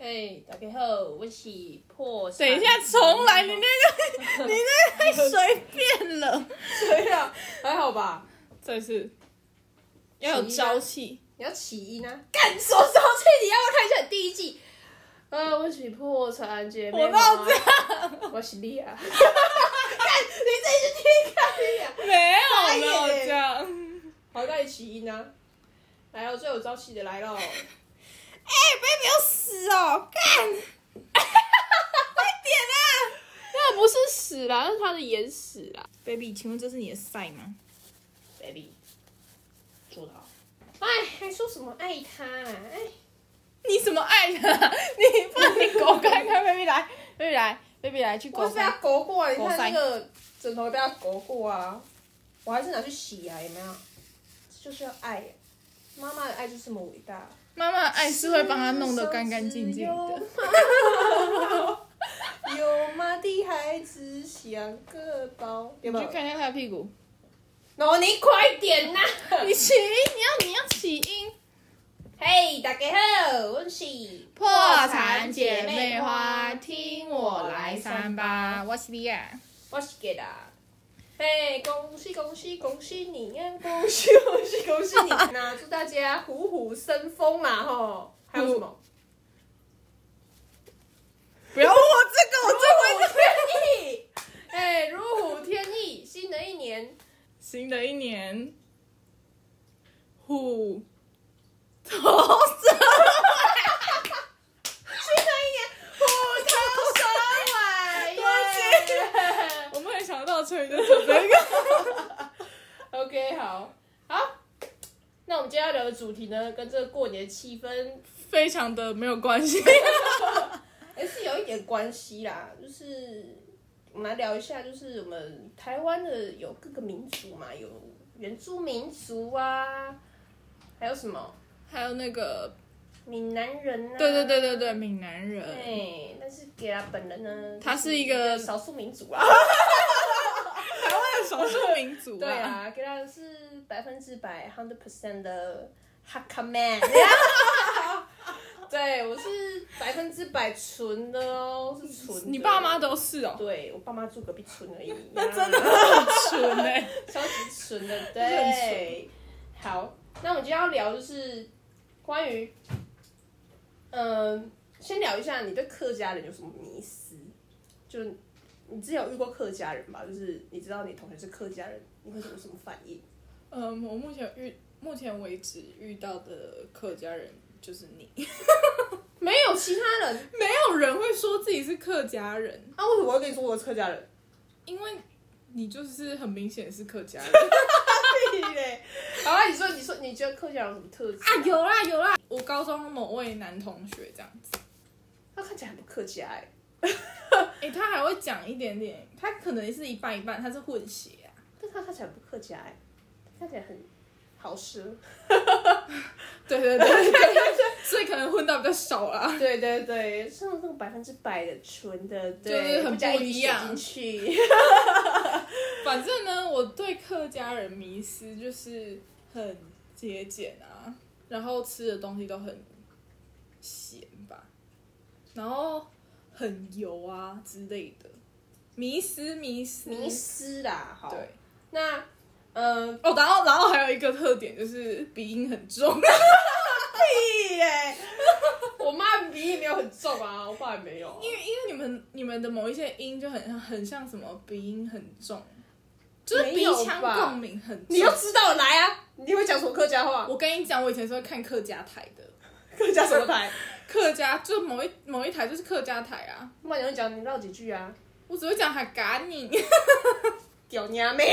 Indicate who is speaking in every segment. Speaker 1: 哎大家好，我是破哎产。
Speaker 2: 等一下，重来，你那个，你那个 太随便了。
Speaker 3: 对
Speaker 1: 啊
Speaker 3: 呀，还好吧？
Speaker 2: 这次要有朝气，
Speaker 1: 你要起因啊！
Speaker 3: 干什么时候去？你要不要看一下你第一季？
Speaker 1: 啊，我是破产姐妹
Speaker 2: 我
Speaker 1: 花
Speaker 2: 到这，样
Speaker 1: 我是莉亚。
Speaker 3: 你自己去听看你啊！
Speaker 2: 没有没
Speaker 3: 傻
Speaker 2: 有
Speaker 3: 眼
Speaker 2: 这样。
Speaker 1: 好，那你起因啊！来哦，最有朝气的来喽！
Speaker 2: 哎，不要不要死哦，干！快点啊！
Speaker 1: 那不是屎啦，那是他的眼屎啦。
Speaker 2: Baby，请问这是你的赛吗？
Speaker 1: baby，祝他。哎，还说什么爱他啊？哎，
Speaker 2: 你什么爱他？你放你狗看看 Baby 来，Baby 来，Baby 来去
Speaker 3: 我
Speaker 2: 狗
Speaker 3: 是被它
Speaker 2: 看。
Speaker 3: 勾过啊！你
Speaker 2: 狗塞
Speaker 3: 看那个枕头被它勾过啊！我还是拿去洗啊，有没有？这就是要爱呀、妈妈的爱就是这么伟大。啊
Speaker 2: 妈妈的爱是会帮他弄得干干净净的。
Speaker 3: 有妈的孩子像个宝，
Speaker 2: 你
Speaker 3: 有没
Speaker 2: 去
Speaker 3: 有？
Speaker 2: 看一下他的屁股。
Speaker 3: 然后你快点呐、
Speaker 2: 你起音，你要你要起音。
Speaker 3: 嘿，大家好，我是
Speaker 2: 破产姐妹花，听我来三八，我是你亚。
Speaker 3: 我是给啦。嘿，恭喜恭喜恭喜你 呀！恭喜恭喜恭喜你呐！祝大家虎虎生风啦吼！还有什么？
Speaker 2: 不要问我这个，我
Speaker 3: 如 虎添翼，哎，如虎添翼，新的一年
Speaker 2: 新的一年，虎头蛇
Speaker 3: 虎头蛇尾耶
Speaker 2: 尾。我没有想到吹的这个。
Speaker 3: OK，好，好，那我们今天要聊的主题呢，跟这个过年气氛
Speaker 2: 非常的没有关系。
Speaker 3: 还是有一点关系啦。就是我们来聊一下，就是我们台湾的有各个民族嘛，有原住民族啊，还有什么
Speaker 2: 还有那个，
Speaker 3: 闽南人啊，
Speaker 2: 对对对对对，闽南人，
Speaker 3: 对，但是给他本人呢，
Speaker 2: 他是一个
Speaker 3: 就是少数民族啊。
Speaker 2: 台湾的少数民族
Speaker 3: 对
Speaker 2: 啊。
Speaker 3: 啊，给他是百分之百 hundred percent 的 Hakka man。对，我是百分之百纯的哦，是纯的。
Speaker 2: 你爸？妈都是哦，
Speaker 3: 对我爸妈住隔壁村而已。
Speaker 2: 那真的很纯哎、
Speaker 3: 超级纯 的，
Speaker 2: 很
Speaker 3: 对。好，那我们今天要聊就是关于，嗯、先聊一下你对客家人有什么迷思？就你之前有遇过客家人吧？就是你知道你同学是客家人，你会有什么反应？
Speaker 2: 嗯，我目前遇目前为止遇到的客家人就是你，
Speaker 3: 没有其他人
Speaker 2: 没有人会说自己是客家人，
Speaker 3: 啊？为什么我要跟你说我是客家人？
Speaker 2: 因为你就是很明显是客家人
Speaker 3: 对嘞。好啊，你说，你说，你觉得客家人有什么特质？
Speaker 2: 啊，有啦有啦，我高中某位男同学这样子，
Speaker 3: 他看起来很不客家哎、
Speaker 2: 诶，他还会讲一点点，他可能是一半一半，他是混血啊，
Speaker 3: 但他看起来很不客家哎、他看起来很好吃。
Speaker 2: 对对对对对， 所以可能混到比较少啦。
Speaker 3: 对对对，像那种百分之百的纯的，对，
Speaker 2: 就是很
Speaker 3: 加
Speaker 2: 不
Speaker 3: 一
Speaker 2: 一
Speaker 3: 滴水
Speaker 2: 样
Speaker 3: 进去。
Speaker 2: 反正呢，我对客家人迷思就是很节俭啊，然后吃的东西都很咸吧，然后很油啊之类的，迷思迷思
Speaker 3: 迷失啦，好。
Speaker 2: 对。
Speaker 3: 那呃，
Speaker 2: 哦，然后然后还有一个特点就是鼻音很重，
Speaker 3: 屁耶、 我妈鼻音没有很重啊，我爸也没有啊。
Speaker 2: 因为因为你们你们的某一些音就很像很像什么鼻音很重，就是
Speaker 3: 没
Speaker 2: 鼻
Speaker 3: 有
Speaker 2: 腔
Speaker 3: 吧
Speaker 2: 共鸣很重
Speaker 3: 你。又知道来啊，你会讲什么客家话？
Speaker 2: 我跟你讲，我以前是会看客家台的，
Speaker 3: 客家什么台？
Speaker 2: 客家就某一某一台就是客家台啊，
Speaker 3: 妈，你会讲你唠几句啊？
Speaker 2: 我只会讲还嘎你，
Speaker 3: 屌娘妹！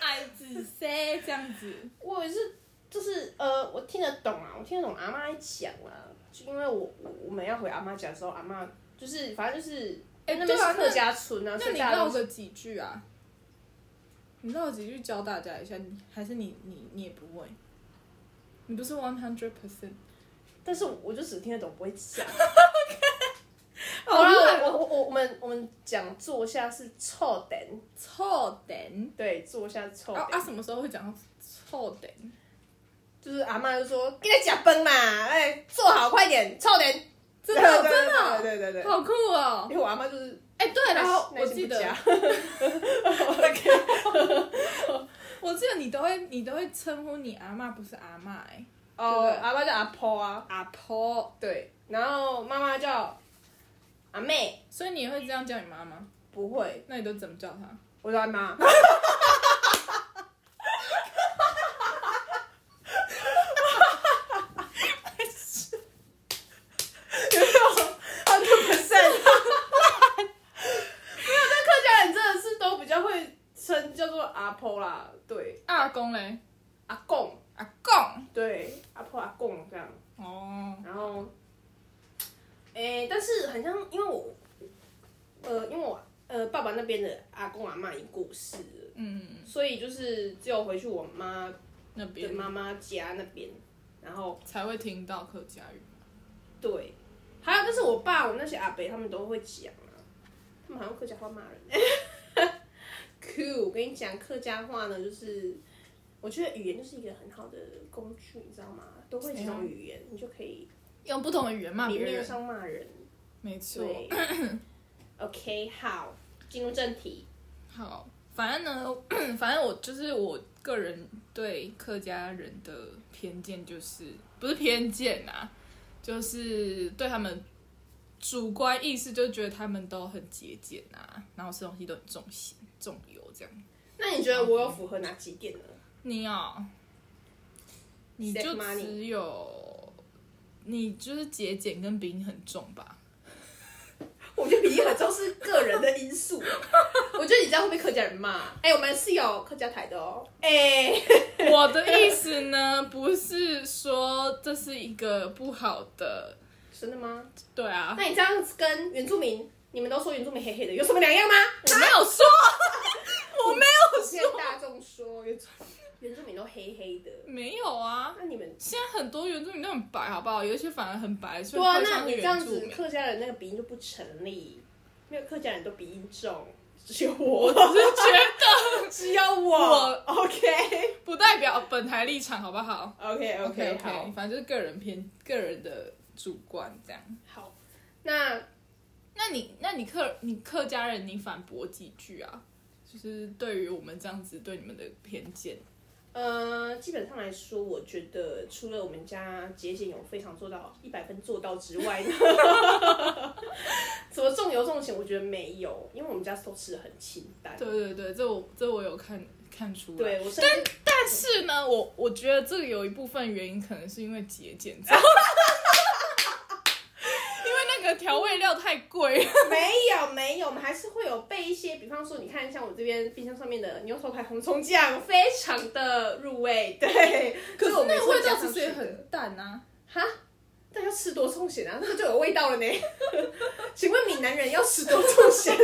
Speaker 2: 爱子噻这样子。
Speaker 3: 我也是，就是呃，我听得懂啊，我听得懂阿妈在讲啊，就因为我我我们要回阿妈家的时候，阿妈就是反正就是。哎、
Speaker 2: 哎
Speaker 3: 那边
Speaker 2: 对啊
Speaker 3: 是客家村啊，
Speaker 2: 那
Speaker 3: 所以
Speaker 2: 你
Speaker 3: 大家都
Speaker 2: 唠个几句啊？你唠几句教大家一下，你还是你你你也不会？你不是 one hundred percent？
Speaker 3: 但是我就只听得懂，不会 讲。
Speaker 2: 好
Speaker 3: 好
Speaker 2: 啦
Speaker 3: 了，我我我我们我们讲坐下是臭等，
Speaker 2: 臭等。
Speaker 3: 对，坐下是臭
Speaker 2: 啊啊！
Speaker 3: 等，
Speaker 2: 什么时候会讲到臭等？
Speaker 3: 就是阿妈就说：“给你假崩嘛，哎、做好快点，臭点。”
Speaker 2: 真的真
Speaker 3: 对
Speaker 2: 的，
Speaker 3: 对对对对，
Speaker 2: 好酷哦！
Speaker 3: 因为我阿妈就是，
Speaker 2: 哎，对，然后
Speaker 3: 耐
Speaker 2: 我
Speaker 3: 心
Speaker 2: 记
Speaker 3: 不
Speaker 2: 得，
Speaker 3: 佳
Speaker 2: 我记得你都会你都会称呼你阿妈不是阿妈哎，
Speaker 3: 哦
Speaker 2: 对对，
Speaker 3: 阿妈叫阿婆啊，
Speaker 2: 阿婆，
Speaker 3: 对，然后妈妈叫阿妹，
Speaker 2: 所以你也会这样叫你妈妈？
Speaker 3: 不会，
Speaker 2: 那你都怎么叫她？
Speaker 3: 我叫阿妈。有没有100%没有但客家人真的是都比较会称叫做阿婆啦，对，
Speaker 2: 阿公嘞？
Speaker 3: 阿公，
Speaker 2: 阿公
Speaker 3: 对，阿婆阿公这样。
Speaker 2: 哦，
Speaker 3: 然后，诶、但是很像，因为我，呃，因为我呃爸爸那边的阿公阿妈已经过世了，
Speaker 2: 嗯，
Speaker 3: 所以就是只有回去我妈
Speaker 2: 那
Speaker 3: 的
Speaker 2: 边
Speaker 3: 妈妈家那边，然后
Speaker 2: 才会听到客家语。
Speaker 3: 对，还有但是我爸我那些阿伯他们都会讲啊，他们好像客家话骂人。 酷，我跟你讲，客家话呢，就是我觉得语言就是一个很好的工具，你知道吗？多会几种语言，你就可以
Speaker 2: 用不同的语言骂
Speaker 3: 明
Speaker 2: 别
Speaker 3: 面
Speaker 2: 人，
Speaker 3: 上骂人。
Speaker 2: 没错。
Speaker 3: 对 ，OK，好，进入正题。
Speaker 2: 好，反正呢， 反正我就是我个人对客家人的偏见，就是不是偏见啊，就是对他们主观意识，就觉得他们都很节俭啊，然后吃东西都很重咸重油这样。
Speaker 3: 那你觉得我有符合哪几点呢？
Speaker 2: 你哦，你
Speaker 3: Save
Speaker 2: 就
Speaker 3: money
Speaker 2: 只有你就是节俭跟鼻音很重吧？
Speaker 3: 我觉得鼻音很重是个人的因素。 我觉得你这样会被客家人骂。哎、我们是有客家台的哦。哎、
Speaker 2: 我的意思呢，不是说这是一个不好的，
Speaker 3: 真的吗？
Speaker 2: 对啊，
Speaker 3: 那你这样子跟原住民，你们都说原住民黑黑的，有什么两样吗？
Speaker 2: 我没有说，我没
Speaker 3: 我现在大众说原住 原住民嗯都黑黑的，
Speaker 2: 有，没有啊。
Speaker 3: 那你们
Speaker 2: 现在很多原住民都很白，好不好？有一些反而很白，所
Speaker 3: 对
Speaker 2: 以
Speaker 3: 啊，
Speaker 2: 会
Speaker 3: 那
Speaker 2: 像是
Speaker 3: 你这样
Speaker 2: 原住
Speaker 3: 子
Speaker 2: 民。
Speaker 3: 客家人那个鼻音就不成立，因为客家人都鼻音重，只有我，
Speaker 2: 我是觉
Speaker 3: 只有我。
Speaker 2: 我
Speaker 3: OK。
Speaker 2: 得 不代表本台立场，好不好
Speaker 3: OK OK，,
Speaker 2: OK，反正就是个人偏个人的主观这样。
Speaker 3: 好好。那
Speaker 2: 那你那你客你客家人，你反驳几句啊？就是对于我们这样子对你们的偏见，
Speaker 3: 呃，基本上来说，我觉得除了我们家节俭有非常做到一百分做到之外呢， 什么重油重咸，我觉得没有，因为我们家都吃的很清淡。
Speaker 2: 对对对，这我这我有看看出来。
Speaker 3: 对，我甚至
Speaker 2: 但是呢，我我觉得这个有一部分原因可能是因为节俭，因 为那个调味料太贵。
Speaker 3: 没有没有，我们还是会有备一些，比方说，你看像我这边冰箱上面的牛头牌红葱酱，非常的入味，对。
Speaker 2: 可是
Speaker 3: 所以我们
Speaker 2: 那个
Speaker 3: 会
Speaker 2: 味道
Speaker 3: 加上
Speaker 2: 其实也
Speaker 3: 去的
Speaker 2: 很淡啊。
Speaker 3: 哈，那要吃多重咸啊？那个就有味道了呢。 请问闽南人要吃多重咸、啊？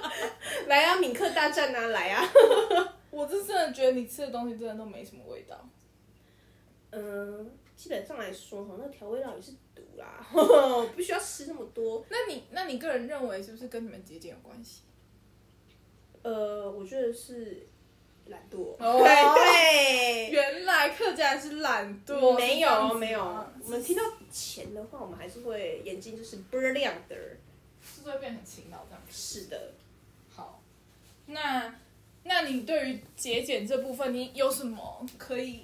Speaker 3: 来啊，闽客大战啊，来啊！
Speaker 2: 我是真的觉得你吃的东西真的都没什么味道。
Speaker 3: 嗯、基本上来说，哈，那个调味料也是毒啦， 我不需要吃那么多。
Speaker 2: 那你那你个人认为是不是跟你们节俭有关系？
Speaker 3: 呃，我觉得是懒惰。
Speaker 2: 哦
Speaker 3: 对对。
Speaker 2: 原来客家人是懒惰，是这
Speaker 3: 没有
Speaker 2: 样子
Speaker 3: 哦
Speaker 2: 吗
Speaker 3: 没有，我们听到钱的话，我们还是会眼睛就是倍儿亮的。
Speaker 2: 就是会变得很勤劳这样。
Speaker 3: 是的，
Speaker 2: 好，那那你对于节俭这部分，你有什么可以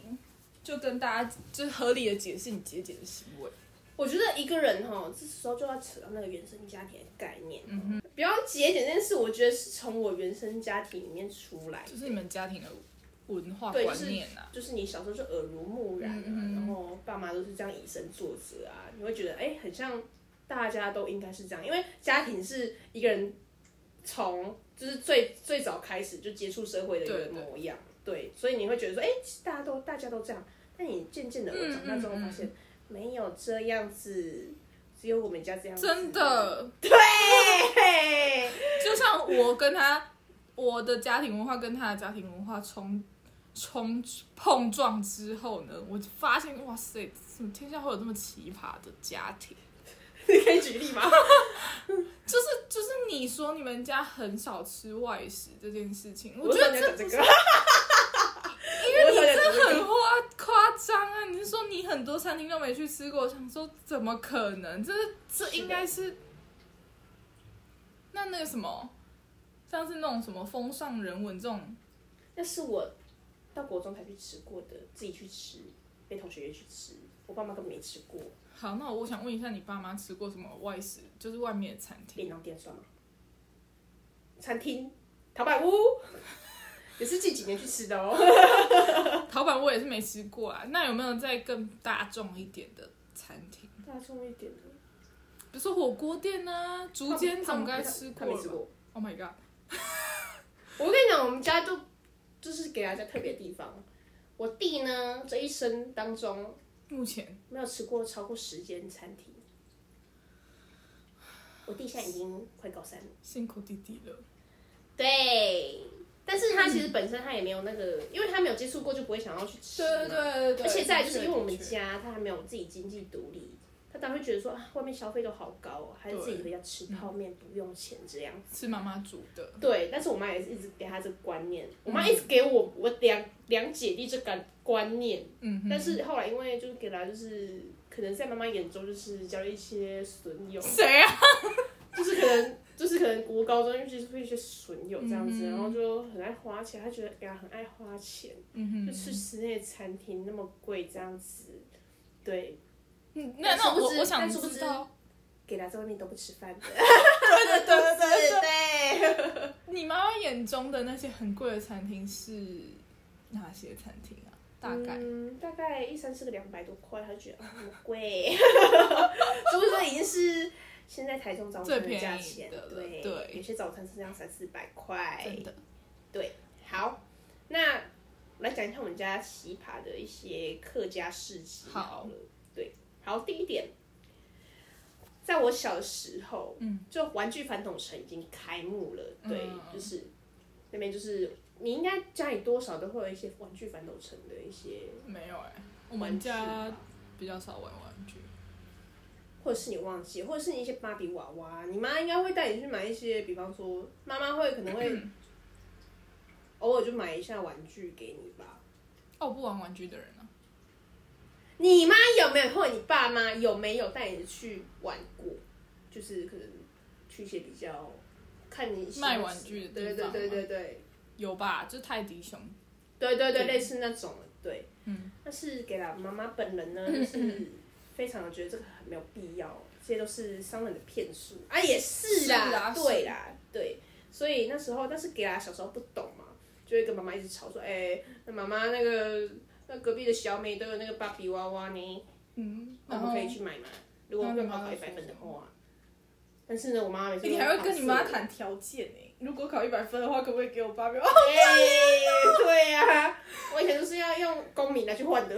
Speaker 2: 就跟大家就是合理的解释你节俭的行为？
Speaker 3: 我觉得一个人哈，这时候就要扯到那个原生家庭的概念。
Speaker 2: 嗯哼，
Speaker 3: 比方节俭这件事，我觉得是从我原生家庭里面出来，
Speaker 2: 就是你们家庭的文化
Speaker 3: 对
Speaker 2: 观念啊。
Speaker 3: 就是你小时候就耳濡目染啊，
Speaker 2: 嗯嗯嗯
Speaker 3: 然后爸妈都是这样以身作则啊，你会觉得哎、很像大家都应该是这样，因为家庭是一个人从就是最最早开始就接触社会的一
Speaker 2: 对
Speaker 3: 个
Speaker 2: 对
Speaker 3: 模样，对，所以你会觉得说哎、其实大家都大家都这样，但你渐渐的
Speaker 2: 嗯
Speaker 3: 长大之后
Speaker 2: 嗯嗯
Speaker 3: 发现、没有这样子，只有我们家这样子，
Speaker 2: 真，的，
Speaker 3: 对。
Speaker 2: 就像我跟他，我的家庭文化跟他的家庭文化冲冲碰撞之后呢，我就发现哇塞，怎么天下会有这么奇葩的家庭？
Speaker 3: 你可以举例吗？
Speaker 2: 就是就是你说你们家很少吃外食这件事情，我
Speaker 3: 我
Speaker 2: 觉得
Speaker 3: 为什么要讲这个，
Speaker 2: 因为你这很夸夸张啊！你餐厅都没去吃过，想说怎么可能？这这应该是那那个什么，像是那种什么风尚人文这种，
Speaker 3: 那是我到国中才去吃过的，自己去吃，被同学约去吃，我爸妈根本没吃过。
Speaker 2: 好，那我想问一下，你爸妈吃过什么外食？就是外面的餐 厅？
Speaker 3: 便当店算吗？餐厅，陶板屋，
Speaker 4: 也是近几年去吃的哦。
Speaker 2: 陶板我也是没吃过啊。那有没有再更大众一点的餐厅？
Speaker 3: 大众一点的，
Speaker 2: 比如说火锅店啊，竹间总该吃
Speaker 4: 他
Speaker 2: 过
Speaker 4: 没
Speaker 2: 了
Speaker 4: 吃
Speaker 2: 吧
Speaker 4: 过。
Speaker 2: ？Oh my god！
Speaker 3: 我跟你讲，我们家就就是给大家特别的地方。我弟呢，这一生当中
Speaker 2: 目前
Speaker 3: 没有吃过超过十间餐厅。我弟现在已经快高三了，
Speaker 2: 辛苦弟弟了。
Speaker 3: 对，但是他其实本身他也没有那个，因为他没有接触过，就不会想要去吃。
Speaker 2: 对对对对对。
Speaker 3: 而且再来就
Speaker 2: 的
Speaker 3: 是
Speaker 2: 确
Speaker 3: 因为我们
Speaker 2: 的确
Speaker 3: 家他还没有自己经济独立，他当然会觉得说啊，外面消费都好高、哦，还是自己回家吃泡面不用钱这样。
Speaker 2: 吃妈妈煮的。
Speaker 3: 对，但是我妈也是一直给他这个观念，我妈一直给我我两两姐弟这个观念，
Speaker 2: 嗯哼，
Speaker 3: 但是后来因为就是给他就是可能在妈妈眼中就是交了一些损友，
Speaker 2: 谁啊？
Speaker 3: 就是可能就是可能国高中尤其是会一些损友这样子，
Speaker 2: 嗯
Speaker 3: 然后就很爱花钱，他觉得给他很爱花钱，
Speaker 2: 嗯
Speaker 3: 就
Speaker 2: 哼，
Speaker 3: 吃室内餐厅那么贵这样子，对，
Speaker 2: 嗯那
Speaker 3: 但
Speaker 2: 那
Speaker 3: 殊不
Speaker 2: 我
Speaker 3: 知
Speaker 2: 我想
Speaker 3: 但殊不
Speaker 2: 知
Speaker 3: 知
Speaker 2: 道，
Speaker 3: 给他在外面都不吃饭的，
Speaker 2: 对对对对对，
Speaker 3: 对，
Speaker 2: 你妈妈眼中的那些很贵的餐厅是哪些餐厅啊？大概，
Speaker 3: 嗯、大概一餐吃个两百多块，他就觉得啊那么 贵，殊不知已经是现在台中早餐的价
Speaker 2: 最便
Speaker 3: 钱
Speaker 2: 宜的了
Speaker 3: 对，
Speaker 2: 对
Speaker 3: 有些早餐是这样三四百块，
Speaker 2: 真的，
Speaker 3: 好，那我来讲一下我们家奇葩的一些客家市集
Speaker 2: 好
Speaker 3: 好了。对，好，第一点，在我小时候，
Speaker 2: 嗯，
Speaker 3: 就玩具反斗城已经开幕了，对，
Speaker 2: 嗯
Speaker 3: 就是那边就是你应该家里多少都会有一些玩具反斗城的一些，
Speaker 2: 没有哎、我们家比较少玩玩具，
Speaker 3: 或者是你忘记，或者是你一些芭比娃娃，你妈应该会带你去买一些，比方说妈妈会可能会 偶尔就买一下玩具给你吧。
Speaker 2: 哦，我不玩玩具的人啊，
Speaker 3: 你妈有没有或者你爸妈有没有带你去玩过？就是可能去一些比较看你喜欢
Speaker 2: 卖玩具的
Speaker 3: 对
Speaker 2: 地
Speaker 3: 对
Speaker 2: 方
Speaker 3: 对对
Speaker 2: 吗
Speaker 3: 对
Speaker 2: 有吧？就是泰迪熊，
Speaker 3: 对对对，
Speaker 2: 对
Speaker 3: 类似那种的对。
Speaker 2: 嗯，
Speaker 3: 但是给了妈妈本人呢，就是非常的觉得这个很没有必要，这些都是商人的骗术啊，也是啦，
Speaker 2: 是啊
Speaker 3: 对
Speaker 2: 是
Speaker 3: 啦，对。所以那时候，但是给啦小时候不懂嘛，就会跟妈妈一直吵说，哎、那妈妈那个那隔壁的小美都有那个芭比娃娃呢。
Speaker 2: 嗯，
Speaker 3: 我
Speaker 2: 然
Speaker 3: 们
Speaker 2: 后
Speaker 3: 可以去买吗？如果我们考考一百分的话，但是呢，我妈妈每次
Speaker 2: 嗯你还会跟你妈谈
Speaker 3: 哎、
Speaker 2: 条件呢、如果考一百分 的话，可不可以哦给我八秒？
Speaker 3: 哎对呀、我以前都是要用公民来 去换的，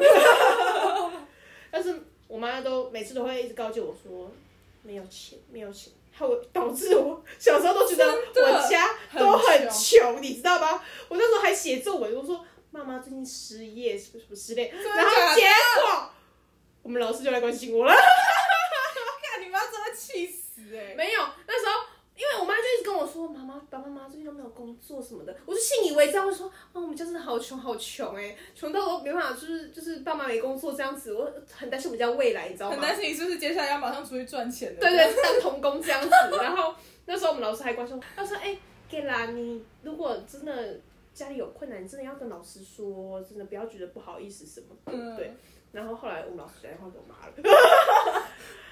Speaker 3: 但是我妈都每次都会一直告诫我说没有钱，没有钱，害我导致我小时候都觉得
Speaker 2: 真的
Speaker 3: 我家都很穷，你知道吗？我那时候还写作文，我说妈妈最近失业什么什么之类，
Speaker 2: 的
Speaker 3: 然后
Speaker 2: 假的
Speaker 3: 结果我们老师就来关心我了。
Speaker 2: 看你妈真的气死哎、
Speaker 3: 没有，那时候因为我妈就一直跟我说，妈妈、爸爸妈妈最近都没有工作什么的，我就信以为真，我就说啊，我们家真的好穷，好穷哎、穷到我没办法，就是就是爸妈没工作这样子，我很担心我们家未来，你知道
Speaker 2: 很
Speaker 3: 吗？
Speaker 2: 担心你是不是接下来要马上出去赚钱的？
Speaker 3: 对对，当童工这样子。然后那时候我们老师还关心我，他说：“哎、给啦，你如果真的家里有困难，你真的要跟老师说，真的不要觉得不好意思什么的。
Speaker 2: 嗯
Speaker 3: 对。然后后来我们老师打电话给我妈了，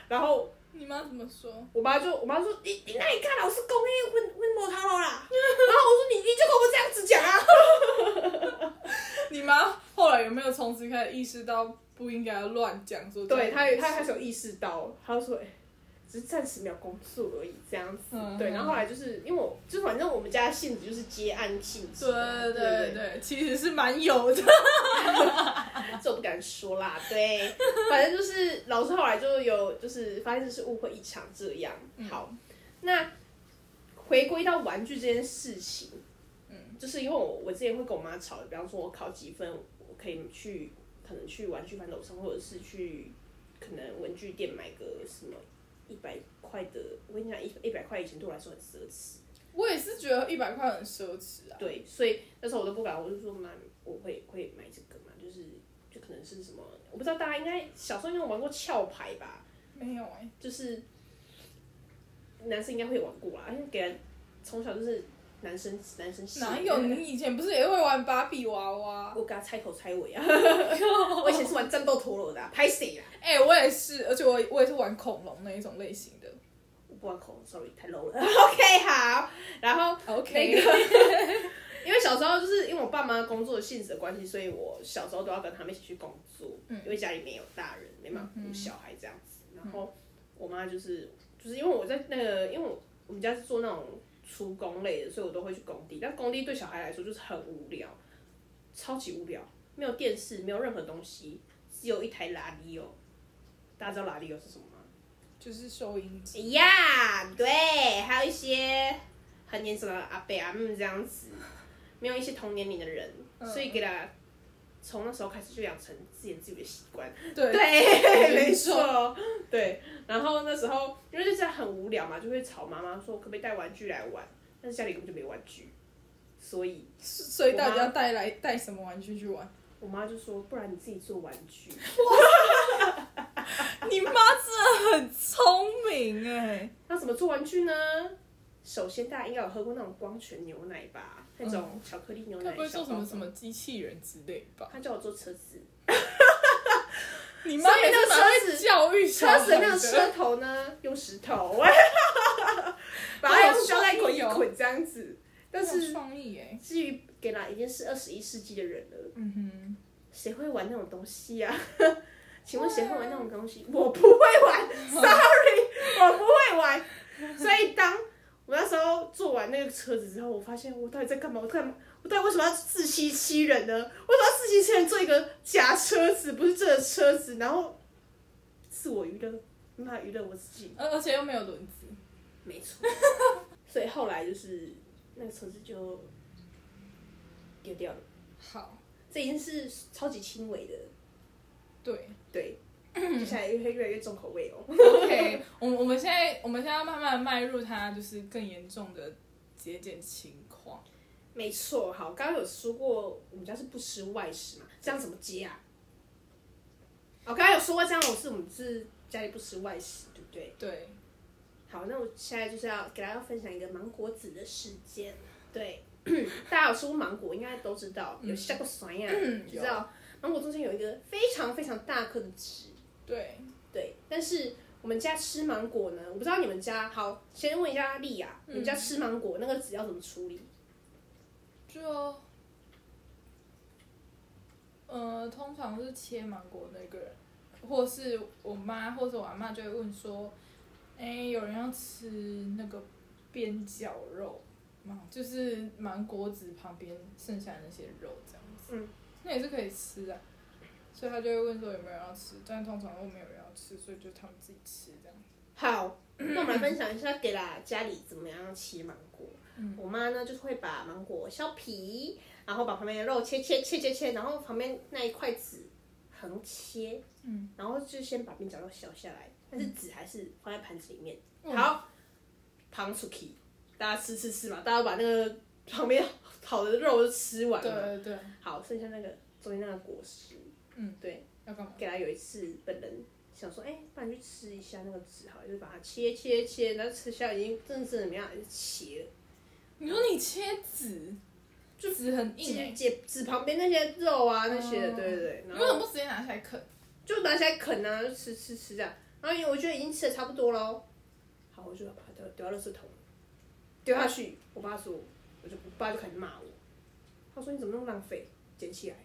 Speaker 3: 然后
Speaker 2: 你妈怎么说？
Speaker 3: 我妈就我妈说你你哪里看老师公诶，问问莫他了 啦。然后我说你你就跟我这样子讲啊。
Speaker 2: 你妈后来有没有从此开始意识到不应该乱讲说这样
Speaker 3: 对
Speaker 2: 子？
Speaker 3: 她也她开始有意识到，她就说哎、只是暂时没有工作而已这样子。
Speaker 2: 嗯
Speaker 3: 对，然后后来就是因为我就反正我们家的性质就是接案性质嘛，
Speaker 2: 对
Speaker 3: 对
Speaker 2: 对对，其实是蛮有的。
Speaker 3: 这我不敢说啦。对，反正就是老师后来就有就是发现这是误会一场这样。好，那回归到玩具这件事情，
Speaker 2: 嗯，
Speaker 3: 就是因为我我之前会跟我妈吵，比方说我考几分，我可以去可能去玩具翻斗城，或者是去可能文具店买个什么一百块的。我跟你讲，一一百块以前对我来说很奢侈，
Speaker 2: 我也是觉得一百块很奢侈啊。
Speaker 3: 对，所以那时候我都不敢，我就说妈，我会会买这个嘛，就是就可能能是什么？我不知道大家应该小时候应该玩过壳牌吧？
Speaker 2: 没有哎、
Speaker 3: 就是男生应该会玩过啦，因为给人从小就是男生男生系
Speaker 2: 哪有？啊你以前不是也会玩芭比娃娃？
Speaker 3: 我给他拆头拆 尾啊！我以前是玩战斗陀螺的、啊，拍谁啊？
Speaker 2: 哎、我也是，而且我我也是玩恐龙那一种类型的。
Speaker 3: 我不玩恐龙，sorry，太 low 了。OK，好，然后
Speaker 2: OK，、
Speaker 3: 因为小时候就是因为我爸妈工作性质的关系，所以我小时候都要跟他们一起去工作，因为家里没有大人，没办法顾小孩这样子。然后我妈就是就是因为我在那个，因为我我们家是做那种出工类的，所以我都会去工地。但工地对小孩来说就是很无聊，超级无聊，没有电视，没有任何东西，只有一台拉力哦。大家知道拉力哦是什么吗？
Speaker 2: 就是收音机。
Speaker 3: 呀对，还有一些很年长的阿伯阿姆这样子，没有一些同年龄的人，
Speaker 2: 嗯
Speaker 3: 所以给他从那时候开始就养成自言自语的习惯。
Speaker 2: 对，
Speaker 3: 对，
Speaker 2: 没
Speaker 3: 哎没
Speaker 2: 错
Speaker 3: 错，对。然后那时候因为就是很无聊嘛，就会吵妈妈说可不可以带玩具来玩，但是家里根本就没玩具，所以
Speaker 2: 所以大
Speaker 3: 我妈
Speaker 2: 家带来带什么玩具去玩？
Speaker 3: 我妈就说，不然你自己做玩具。
Speaker 2: 你妈真的很聪明哎、
Speaker 3: 那怎么做玩具呢？首先，大家应该有喝过那种光泉牛奶吧，那种巧克力牛奶。
Speaker 2: 该不会做什么
Speaker 3: 小包装
Speaker 2: 什么机器人之类吧？
Speaker 3: 他叫我坐车子，
Speaker 2: 你妈也是蛮会教育小
Speaker 3: 车
Speaker 2: 孩
Speaker 3: 子的那
Speaker 2: 的
Speaker 3: 个 车头呢，用石 头，把它用胶带捆一捆这样子。但
Speaker 2: 很有
Speaker 3: 是
Speaker 2: 哦创意哎、
Speaker 3: 至于给啦，已经是二十一世纪的人了，
Speaker 2: 嗯
Speaker 3: 谁会玩那种东西呀、 请问谁会玩那种东西？ 我不会玩，sorry，我不会玩。所以当我那时候做完那个车子之后，我发现我到底在干嘛？我干嘛？我到底为什么要自欺欺人呢？为什么要自欺欺人做一个假车子，不是这个车子？然后自我娱乐，没办法娱乐我自己。
Speaker 2: 哼，而而且又没有轮子，
Speaker 3: 没错。 所以后来就是那个车子就丢掉了，
Speaker 2: 好，
Speaker 3: 这已经是超级轻微的，
Speaker 2: 对
Speaker 3: 对，接下来越会越来越重口味哦。
Speaker 2: ，OK，我 们我们现在我们现在要慢慢地迈入它就是更严重的节俭情况，
Speaker 3: 没错，好，刚刚有说过我们家是不吃外食嘛，这样怎么接啊？哦，刚刚有说过这样，我是我们是家里不吃外食，对不对？
Speaker 2: 对，
Speaker 3: 好，那我现在就是要给大家分享一个芒果籽的事件。对， 大家有吃过芒果，应该都知道，有下过酸呀、
Speaker 2: 嗯
Speaker 3: 就嗯知道芒果中间有一个非常非常大颗的籽。
Speaker 2: 对，
Speaker 3: 对，但是我们家吃芒果呢，我不知道你们家。好，先问一下丽雅，你们家吃芒果那个籽要怎么处理？
Speaker 2: 就。呃，通常是切芒果那个人，或是我妈或是我阿妈就会问说，哎、有人要吃那个边角肉吗？就是芒果籽旁边剩下那些肉这样子，
Speaker 3: 嗯，
Speaker 2: 那也是可以吃啊。所以她就会问说有没有人要吃，但通常都没有人要吃，所以就他们自己吃这样。
Speaker 3: 好，那我们来分享一下给啦家里怎么样切芒果。我妈呢就是会把芒果削皮，然后把旁边的肉切切切切切，然后旁边那一块籽横切，
Speaker 2: 嗯，
Speaker 3: 然后就先把边角肉削下来，但是籽还是放在盘子里面。
Speaker 2: 嗯
Speaker 3: 好，旁出去，大家吃吃吃嘛，大家把那个旁边好的肉都吃完
Speaker 2: 对
Speaker 3: 了。
Speaker 2: 对对，
Speaker 3: 好，剩下那个中间那个果实，
Speaker 2: 嗯，
Speaker 3: 对，
Speaker 2: 要干嘛？
Speaker 3: 给他有一次本人想说，哎、不然去吃一下那个籽好了，就是把它切切切，然后吃下已经真的是怎么样，就切了，
Speaker 2: 你说你切籽，就籽很硬、
Speaker 3: 切
Speaker 2: 欸，
Speaker 3: 切籽旁边那些肉啊那些的，
Speaker 2: 哦
Speaker 3: 对对对，
Speaker 2: 你
Speaker 3: 然
Speaker 2: 为什
Speaker 3: 后
Speaker 2: 么不直接拿下来啃？
Speaker 3: 就拿起来啃啊，就吃吃吃这样，然后因为我觉得已经吃的差不多喽，好，我就把它丢丢到垃圾桶，丢下去，我爸说，我就我爸就开始骂我，他说你怎么那么浪费，捡起来，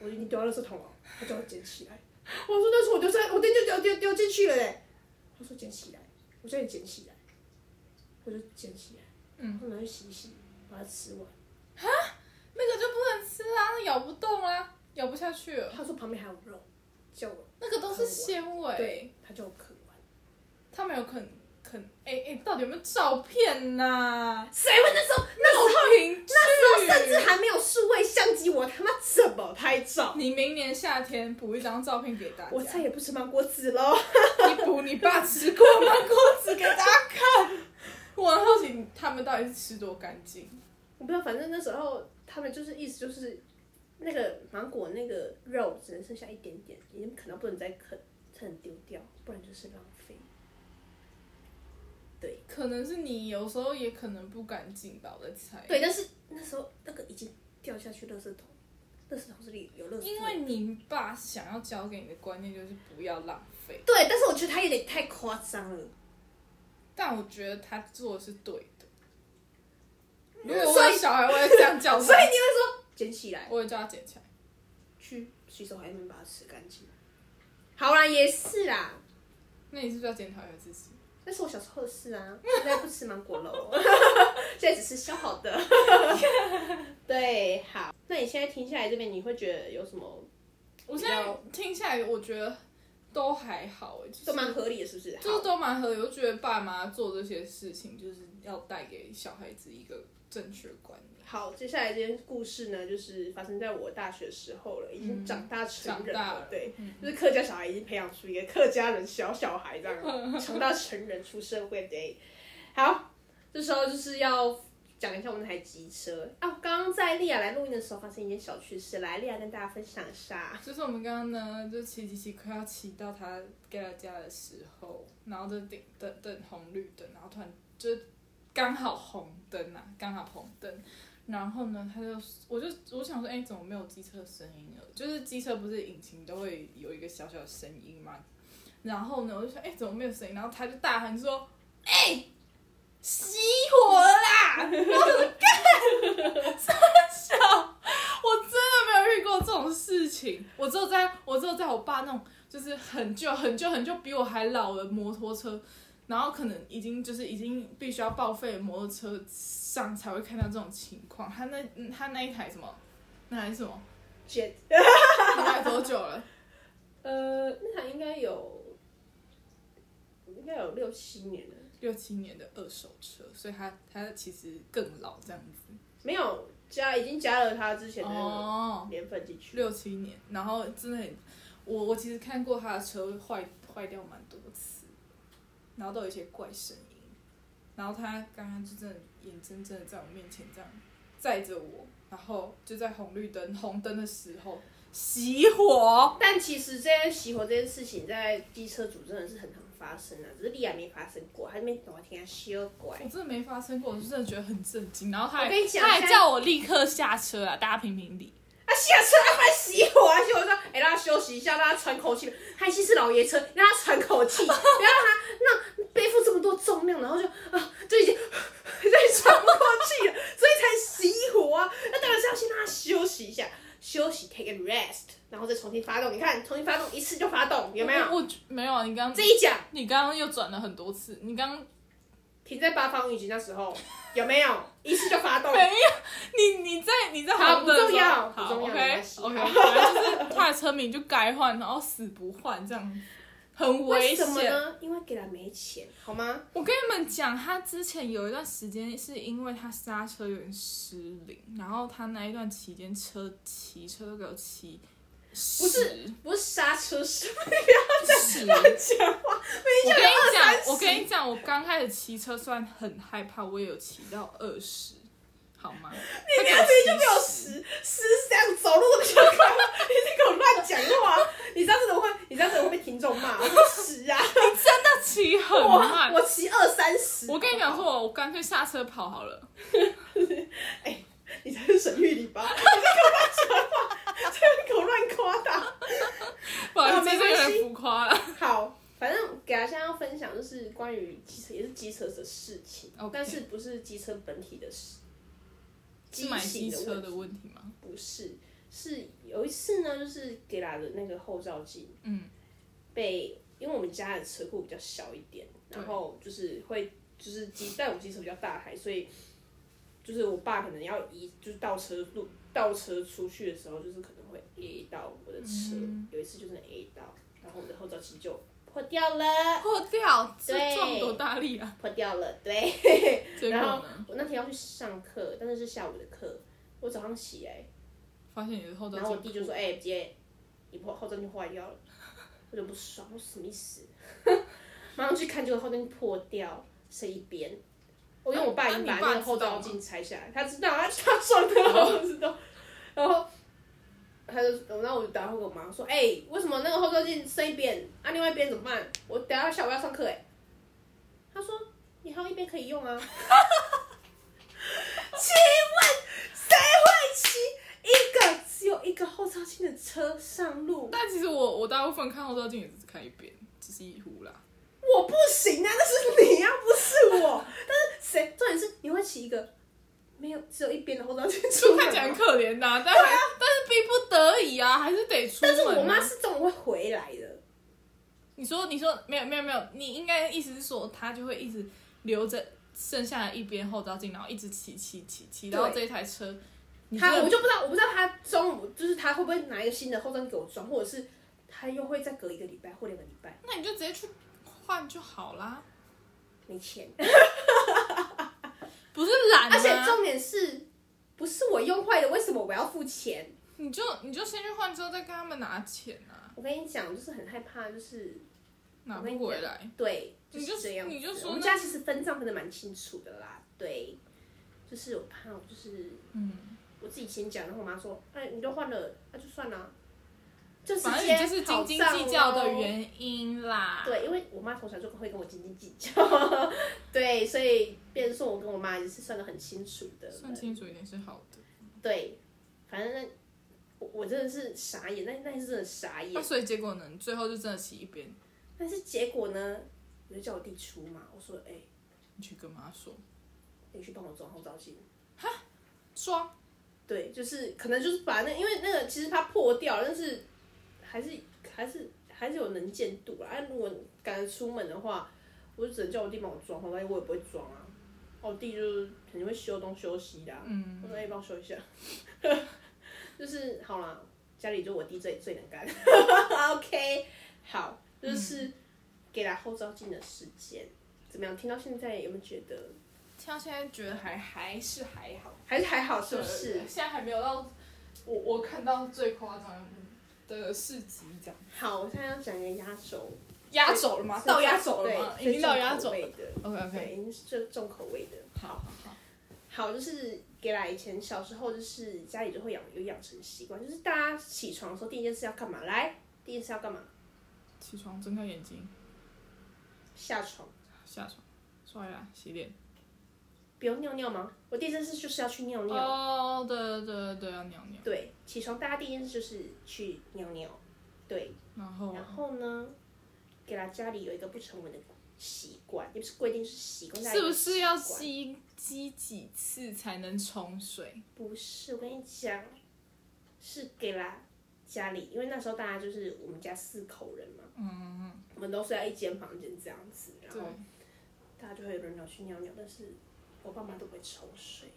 Speaker 3: 我已经丢到垃圾桶了，他叫我捡起来。我说那时候我丢在，我丢丢丢丢丢进去了嘞。他说捡起来，我叫你捡起来，我就捡起来，
Speaker 2: 嗯，
Speaker 3: 然后拿去洗一洗，把它吃完。
Speaker 2: 那个就不能吃啦，那咬不动啦，咬不下去了。
Speaker 3: 他说旁边还有肉，叫我
Speaker 2: 那个都是纤维，，
Speaker 3: 对，他叫我啃完。
Speaker 2: 他没有啃啃，哎、哎、到底有没有照片呐、
Speaker 3: 谁会那时候那时候
Speaker 2: 那凭
Speaker 3: 那时候甚
Speaker 2: 据。
Speaker 3: 至还没有数位相机，我他妈怎么拍照？
Speaker 2: 你明年夏天补一张照片给大家，
Speaker 3: 我再也不吃芒果籽喽。
Speaker 2: 你补你爸吃过芒果籽给大家看。 我很好奇他们到底是吃多干净。
Speaker 3: 我不知道，反正那时候他们就是意思就是那个芒果那个肉只能剩下一点点，已经啃到不能再啃，才能丢掉，不然就是浪费。
Speaker 2: 可能是你有时候也可能不干净吧，我在猜。
Speaker 3: 对，但是那时候那个已经掉下去垃圾桶，垃圾桶这里有垃圾，
Speaker 2: 因为你爸想要教给你的观念就是不要浪费，
Speaker 3: 对，但是我觉得他有点太夸张了。
Speaker 2: 但我觉得他做的是对的。如
Speaker 3: 所
Speaker 2: 果
Speaker 3: 以
Speaker 2: 我有小孩，我也这样教
Speaker 3: 所以
Speaker 2: 他，
Speaker 3: 你会说捡起来，
Speaker 2: 我也叫他捡起来。
Speaker 3: 去洗手台那边把它吃干净。好啦，也是啦，
Speaker 2: 那你是不是要检讨一下自己？
Speaker 3: 那是我小时候的事啊，现在不吃芒果喽， 现在只吃削好的。 对，好，那你现在听下来这边，你会觉得有什么
Speaker 2: 我现在听下来，我觉得都还好、欸，就是
Speaker 3: 都蛮合理的，是不是？
Speaker 2: 就是
Speaker 3: 好，
Speaker 2: 都蛮合理。我觉得爸妈做这些事情，就是要带给小孩子一个正确观念。
Speaker 3: 好，接下来这件故事呢，就是发生在我大学时候了，已经长大成人
Speaker 2: 长大了
Speaker 3: 对，就是客家小孩已经培养出一个客家人小小孩这
Speaker 2: 嗯
Speaker 3: 样， 长大成人出社会对。好，这时候就是要讲一下我们那台机车啊，刚刚在莉亚来录音的时候发生一件小趣事，来莉亚跟大家分享一下。
Speaker 2: 就是我们刚刚呢，就骑骑骑，快要啊骑到他 get 到家的时候，然后就等等等红绿灯，然后突然就刚好红灯啊，刚好红灯，然后呢，他就我就我想说，哎、怎么没有机车声音了？就是机车不是引擎都会有一个小小的声音嘛，然后呢，我就说，哎、怎么没有声音？然后他就大喊说，哎、熄火了啦！然后我说干， 三小。我真的没有遇过这种事情，我只有在我只有在我爸那种就是很旧很旧很旧比我还老的摩托车，然后可能已经就是已经必须要报废的摩托车上才会看到这种情况。他那嗯他那一台什么，那台是什么？
Speaker 3: Jet
Speaker 2: 那台多久了？
Speaker 3: 呃，那台应该有，应该有六七年了。
Speaker 2: 六七年的二手车，所以它它其实更老这样子。
Speaker 3: 没有加，已经加了他之前的那
Speaker 2: 哦
Speaker 3: 个，年份进去。
Speaker 2: 六七年，然后真的很，我我其实看过他的车坏坏掉蛮多次，然后都有一些怪声音，然后他刚刚就真的眼睁睁的在我面前这样载着我，然后就在红绿灯红灯的时候熄火，
Speaker 3: 但其实这些熄火这件事情，在机车组真的是很常发生啊，只是莉亚没发生过，她那边我听她啊修拐
Speaker 2: 我。真的没发生过，我就真的觉得很震惊，然后他
Speaker 3: 我
Speaker 2: 还
Speaker 3: 跟你讲
Speaker 2: 他还
Speaker 3: 现在
Speaker 2: 叫我立刻下车啊，大家评评理，
Speaker 3: 啊，下车他快熄火啊！熄火说，哎、让他休息一下，让他喘口气。他已经是老爷车，让他喘口气， 不要让他那背负这么多重量，然后就啊，就 已经就已经喘不过气了，所以才熄火啊。那当然是要先让他休息一下，休息 take a rest，然后再重新发动。你看，重新发动一次就发动，有没有？
Speaker 2: 我我没有啊，你刚
Speaker 3: 这一讲
Speaker 2: 你刚刚又转了很多次，你刚
Speaker 3: 停在八方云集那时候，有 没有一次就发动？
Speaker 2: 没有，你你在你在
Speaker 3: 好
Speaker 2: 红灯的时候
Speaker 3: 不重要
Speaker 2: 好
Speaker 3: 不重要没
Speaker 2: OK
Speaker 3: 关系
Speaker 2: OK，反正就是他的车名就该换，然后死不换这样，很危
Speaker 3: 为什么
Speaker 2: 险。
Speaker 3: 呢？因为给他没钱，好吗？
Speaker 2: 我跟你们讲，他之前有一段时间是因为他刹车有点失灵，然后他那一段期间车骑车都给我骑十。
Speaker 3: 不是不是刹车
Speaker 2: 十，
Speaker 3: 是
Speaker 2: 我跟你讲，我跟你讲，我刚开始骑车虽然很害怕，我也有骑到二十，好吗？你
Speaker 3: 明明就没有十十这样走路的就快了，你在给我乱讲话，你这样子的话，你这样子会被听众骂。我说十啊，
Speaker 2: 真的骑很慢
Speaker 3: 我，我骑二三十，
Speaker 2: 我跟你讲，说，我我干脆下车跑好 了。
Speaker 3: 你才是神域里吧？你在给我乱讲话，在那边给我乱夸大。
Speaker 2: 不好意思，
Speaker 3: 没
Speaker 2: 这
Speaker 3: 关系
Speaker 2: 个有点浮夸了。
Speaker 3: 好，反正给大家要分享就是关于机车，也是机车的事情
Speaker 2: OK
Speaker 3: 但是不是机车本体的事，
Speaker 2: 是买机
Speaker 3: 型的
Speaker 2: 车
Speaker 3: 问
Speaker 2: 的问题吗？
Speaker 3: 不是，是有一次呢，就是给他的那个后照镜
Speaker 2: 嗯，
Speaker 3: 被，因为我们家的车库比较小一点，
Speaker 2: 对
Speaker 3: 然后就是会就是机，但我们机车比较大台，所以就是我爸可能要移，就是倒车入倒车出去的时候，就是可能会 A 到我的车，
Speaker 2: 嗯
Speaker 3: 有一次就是 A 到，然后我的后照镜就破掉了，
Speaker 2: 破哦掉，这
Speaker 3: 对
Speaker 2: 撞多大力啊！
Speaker 3: 破掉了，对。
Speaker 2: 结果
Speaker 3: 然后
Speaker 2: 呢，
Speaker 3: 我那天要去上课，但是是下午的课，我早上起来，
Speaker 2: 发现你的后照
Speaker 3: 然后我弟
Speaker 2: 镜
Speaker 3: 就说：“哎、姐，你破后照镜坏掉了。”我就不爽，我说什么意思？马上去看，结果后照镜破掉，剩一边。我因为我啊爸已哦经把那个后照镜拆下来，他知道，他他撞的，我不知道。然后他就，然后我就打电话给我妈说，哎、为什么那个后照镜剩一边，啊，另外一边怎么办？我等一下下午要上课哎、欸。他说，你还有一边可以用啊。 请问谁会骑一个只有一个后照镜的车上路？
Speaker 2: 但其实我我大部分看后照镜也只是看一遍，只是一糊啦。
Speaker 3: 我不行啊，那是你啊，不是我。但是谁？重点是你会骑一个没有只有一边的后照镜出
Speaker 2: 就
Speaker 3: 门
Speaker 2: 看
Speaker 3: 吗
Speaker 2: 起来很可怜呐、但还、但是逼不得已啊，还是得出门、
Speaker 3: 但
Speaker 2: 啊。
Speaker 3: 是我妈是这种会回来的，
Speaker 2: 你说，你说没有没有没有，你应该意思是说，他就会一直留着剩下的一边后照镜，然后一直骑骑骑骑到这
Speaker 3: 对
Speaker 2: 一台车。你
Speaker 3: 她
Speaker 2: 真的
Speaker 3: 我就不知道，我不知道她中午就是她会不会拿一个新的后照镜给我装，或者是她又会再隔一个礼拜或两个礼拜
Speaker 2: 那你就直接去换就好啦，
Speaker 3: 没钱，
Speaker 2: 不是懒、啊，
Speaker 3: 而且重点是不是我用坏的，为什么我要付钱？
Speaker 2: 你就你就先去换之后再跟他们拿钱啊，
Speaker 3: 我跟你讲，我就是很害怕，就是
Speaker 2: 拿
Speaker 3: 我跟你
Speaker 2: 不回来。
Speaker 3: 对，
Speaker 2: 你
Speaker 3: 是
Speaker 2: 就
Speaker 3: 这样子。
Speaker 2: 你就说
Speaker 3: 我们
Speaker 2: 那
Speaker 3: 家其实分账分的蛮清楚的啦，对，就是我怕我就是
Speaker 2: 嗯，
Speaker 3: 我自己先讲，然后我妈说，哎，你都换了，那、就算了，就直
Speaker 2: 反正
Speaker 3: 接
Speaker 2: 你就是斤斤计较的啊原因啦。
Speaker 3: 好账咯。对，因为我妈从小就会跟我斤斤计较， 对，所以变成说我跟我妈也是算的很清楚的。
Speaker 2: 算清楚一点是好的。
Speaker 3: 对，反正那我我真的是傻眼，那那是真的傻眼
Speaker 2: 那、。所以结果呢？你最后就真的骑一边，
Speaker 3: 但是结果呢，我就叫我弟出嘛，我说，哎、
Speaker 2: 你去跟妈说
Speaker 3: 你去帮我装后照镜。
Speaker 2: 装，
Speaker 3: 对，就是可能就是把那，因为那个其实它破掉了，但是还是还是还是有能见度啦。啊，如果赶着出门的话，我就只能叫我弟帮我装，后来我也不会装啊。我弟就是肯定会修东修西的、啊，
Speaker 2: 嗯，
Speaker 3: 我说哎，帮我修一下。 就是好啦，家里就我弟最最能干。OK，好，就是给他后照镜的时间怎么样？听到现在有没有觉得
Speaker 2: 听到现在觉得还还是还好。
Speaker 3: 还是还好？是不
Speaker 2: 对？
Speaker 3: 是
Speaker 2: 现在还没有到我我看到最夸张的市集这样，
Speaker 3: 好，我现在要讲一个压轴。
Speaker 2: 压轴了吗？到压轴了吗？
Speaker 3: 对
Speaker 2: 已经到压轴
Speaker 3: 最
Speaker 2: 了。
Speaker 3: 重口味的，
Speaker 2: OK OK，
Speaker 3: 对，已经是最重口味的。
Speaker 2: 好好好，
Speaker 3: 好，就是给啦，以前小时候就是家里就会养有养成习惯，就是大家起床的时候第一件事要干嘛？来，第一件事要干嘛？
Speaker 2: 起床，睁开眼睛，
Speaker 3: 下床，
Speaker 2: 下床，刷牙，洗脸。
Speaker 3: 不用尿尿吗？我第一件事就是要去尿尿。
Speaker 2: 哦，对对对，要尿尿。
Speaker 3: 对，起床大家第一件事就是去尿尿。对，
Speaker 2: 然后
Speaker 3: 然后呢，给啦家里有一个不成文的习惯，也不是规定是习惯，大家
Speaker 2: 是
Speaker 3: 有
Speaker 2: 不是要
Speaker 3: 习惯
Speaker 2: 吸吸几次才能冲水？
Speaker 3: 不是，我跟你讲，是给啦家里，因为那时候大家就是我们家四口人嘛，
Speaker 2: 嗯，
Speaker 3: 我们都睡在一间房间这样子，然
Speaker 2: 对
Speaker 3: 后，大家就会轮流去尿尿，但是我爸妈都不会冲水，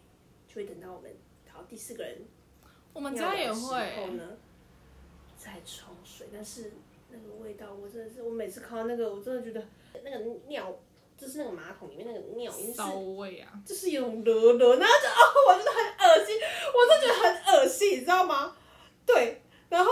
Speaker 3: 就会等到我们好第四个人
Speaker 2: 我
Speaker 3: 我
Speaker 2: 们家也
Speaker 3: 后
Speaker 2: 会。
Speaker 3: 呢再冲水，但是那个味道我真的是，我每次看到那个我真的觉得那个尿就是那个马桶里面那个尿已经是
Speaker 2: 骚味啊！
Speaker 3: 就是有种惹惹，然后就哦，我真的很恶心，我真的觉得很恶心，你知道吗？对，然后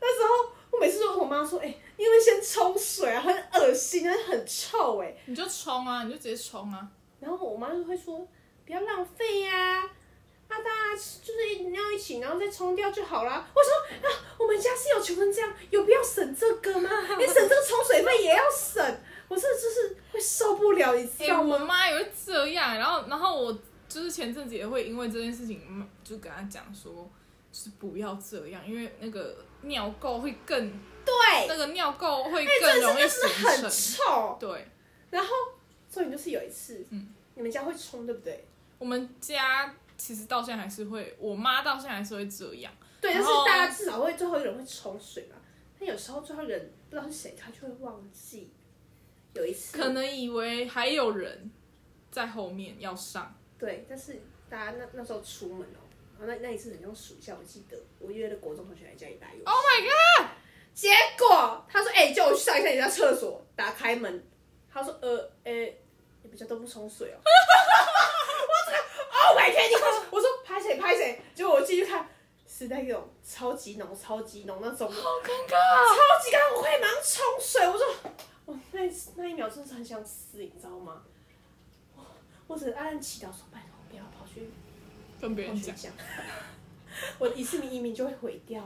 Speaker 3: 那时候我每次都跟我妈说，哎、因为先冲水啊，很恶心，但是很臭哎、
Speaker 2: 你就冲啊，你就直接冲啊！
Speaker 3: 然后我妈就会说，不要浪费呀、啊。大家就是一尿一起，然后再冲掉就好啦。我说啊，我们家是有穷成这样，有必要省这个吗？你省这个冲水费也要省，我真的就是会受不了，你
Speaker 2: 哎、
Speaker 3: 知道
Speaker 2: 我
Speaker 3: 吗？
Speaker 2: 妈也会这样，然后然后我就是前阵子也会因为这件事情，嗯就跟她讲说，就是不要这样，因为那个尿垢会更，
Speaker 3: 对，
Speaker 2: 那个尿垢会
Speaker 3: 哎、
Speaker 2: 更
Speaker 3: 真
Speaker 2: 容易
Speaker 3: 的是真的很
Speaker 2: 形成。
Speaker 3: 臭。
Speaker 2: 对，
Speaker 3: 然后重点就是有一次，
Speaker 2: 嗯
Speaker 3: 你们家会冲对不对？
Speaker 2: 我们家其实到现在还是会，我妈到现在还是会这样。
Speaker 3: 对，但
Speaker 2: 然
Speaker 3: 是
Speaker 2: 后
Speaker 3: 大家至少会最后一个人会冲水嘛。但有时候最后一个人不知道是谁，他就会忘记。有一次，
Speaker 2: 可能以为还有人在后面要上，
Speaker 3: 对，但是大家那那时候出门哦、然后那那一次很像暑假，我记得我约了国中同学来家里打游戏。
Speaker 2: Oh
Speaker 3: my god！结果他说：“哎、叫我去上一下你家厕所。”打开门，他说：“呃，哎、你们家都不冲水哦、 我整个 Oh my god！你快去我说拍谁拍谁，结果我进去看。是那种超级浓、超级浓那种，
Speaker 2: 好尴尬。啊
Speaker 3: 超级干，我会马上冲水。我说，我那一那一秒真的是很想死，你知道吗？我我只能暗暗祈祷说，拜托不要跑去
Speaker 2: 跟别
Speaker 3: 跑
Speaker 2: 人
Speaker 3: 去
Speaker 2: 讲，
Speaker 3: 讲， 我一次移民就会毁掉，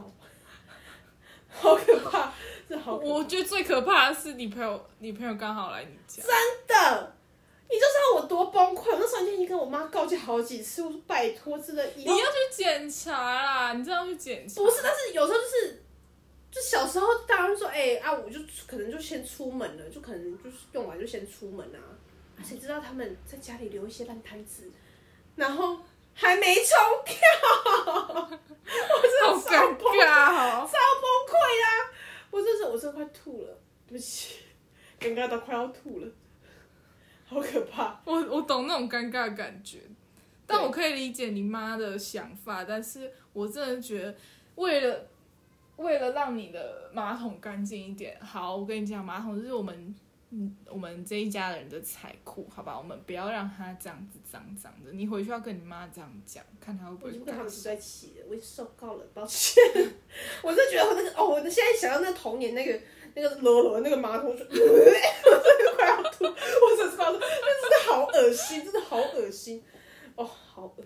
Speaker 3: 好可怕，这好可怕
Speaker 2: 我觉得最可怕的是你朋友，你朋友刚好来你家，
Speaker 3: 真的。你就知道我多崩溃，我那时候已经跟我妈告诫好几次，我说拜托，真的以
Speaker 2: 你要
Speaker 3: 后
Speaker 2: 去检查啦，你真的要去检查。
Speaker 3: 不是，但是有时候就是，就小时候当然说，哎、啊，我就可能就先出门了，就可能就是用完就先出门啊，啊谁知道他们在家里留一些烂摊子，然后还没冲掉，
Speaker 2: 好
Speaker 3: 我真的超
Speaker 2: 尴
Speaker 3: 崩
Speaker 2: 尬
Speaker 3: 超
Speaker 2: 哦！
Speaker 3: 崩溃啦、我真是我真的快吐了，对不起，尴尬到快要吐了，好可怕。
Speaker 2: 我我懂那种尴尬的感觉，但我可以理解你妈的想法，但是我真的觉得，为了为了让你的马桶干净一点，好，我跟你讲，马桶就是我们嗯我们这一家人的财库，好吧，我们不要让它这样子脏脏的。你回去要跟你妈这样讲，看她会不会
Speaker 3: 我已经跟嗯他
Speaker 2: 改
Speaker 3: 们住
Speaker 2: 善。
Speaker 3: 在一起了，我已经受够了，抱歉。 我就觉得我那个哦，我现在想到那个童年那个那个裸裸的那个马 桶，我就我真的快要吐，我真的快要吐，真的好恶心，真的好恶心，哦，好恶。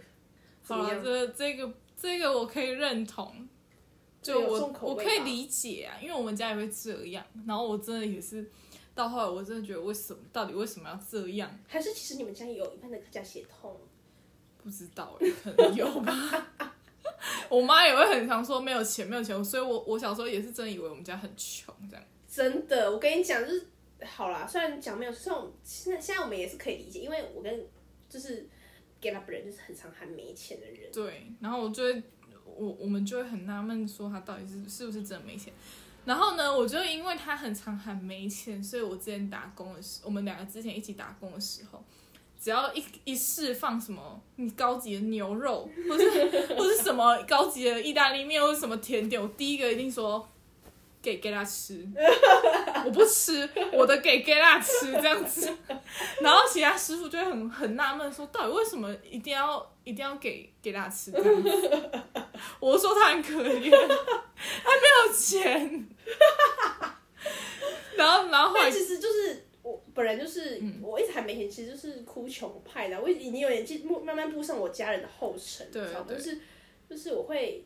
Speaker 3: 怎
Speaker 2: 好
Speaker 3: 么
Speaker 2: 了，
Speaker 3: 样？
Speaker 2: 这这个这个我可以认同，就
Speaker 3: 对有
Speaker 2: 我
Speaker 3: 重口
Speaker 2: 我
Speaker 3: 味
Speaker 2: 可以
Speaker 3: 吧
Speaker 2: 理解啊，因为我们家也会这样，然后我真的也是到后来，我真的觉得为什么到底为什么要这样，
Speaker 3: 还是其实你们家也有一半的客家血统？
Speaker 2: 不知道欸、可能有吧。 我妈也会很常说没有钱，没有钱，所以我我小时候也是真的以为我们家很穷这样。
Speaker 3: 真的，我跟你讲，就是好啦，虽然讲没有，虽然我们现在现在我们也是可以理解，因为我跟就是 get up 人就是很常还没钱的人，
Speaker 2: 对，然后我就会，我我们就会很纳闷，说他到底是是不是真的没钱。然后呢，我就因为他很常喊没钱，所以我之前打工的时，我们两个之前一起打工的时候，只要一一释放什么你高级的牛肉，或是或是什么高级的意大利面，或是什么甜点，我第一个一定说给给他吃，我不吃，我的给给他吃这样子。然后其他师傅就会很很纳闷，说到底为什么一定要一定要给给他吃这样子？我说他很可怜，他没有钱。然后，然后后来嗯
Speaker 3: 但其实就是我本来就是、我一直还没钱，其实就是哭穷派的。我已经有点进步，慢慢步上我家人的后尘，
Speaker 2: 对
Speaker 3: 你知道吗
Speaker 2: 对
Speaker 3: 就是就是我会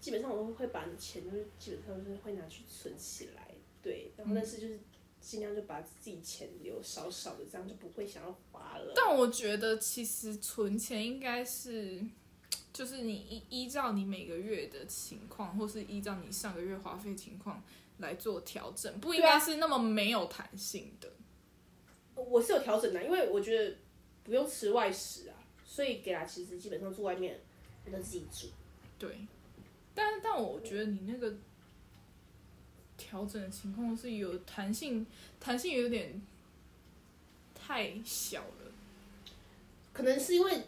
Speaker 3: 基本上我会把钱就是基本上就是会拿去存起来，对，
Speaker 2: 嗯
Speaker 3: 然后但是就是尽量就把自己钱留少少的，这样就不会想要花了。
Speaker 2: 但我觉得其实存钱应该是，就是你依依照你每个月的情况，或是依照你上个月花费情况来做调整，不应该是那么没有弹性的。
Speaker 3: 呃我是有调整的，因为我觉得不用吃外食啊，所以给他其实基本上住外面我都自己煮。
Speaker 2: 对，但但我觉得你那个调整的情况是有弹性，弹性有点太小了。
Speaker 3: 可能是因为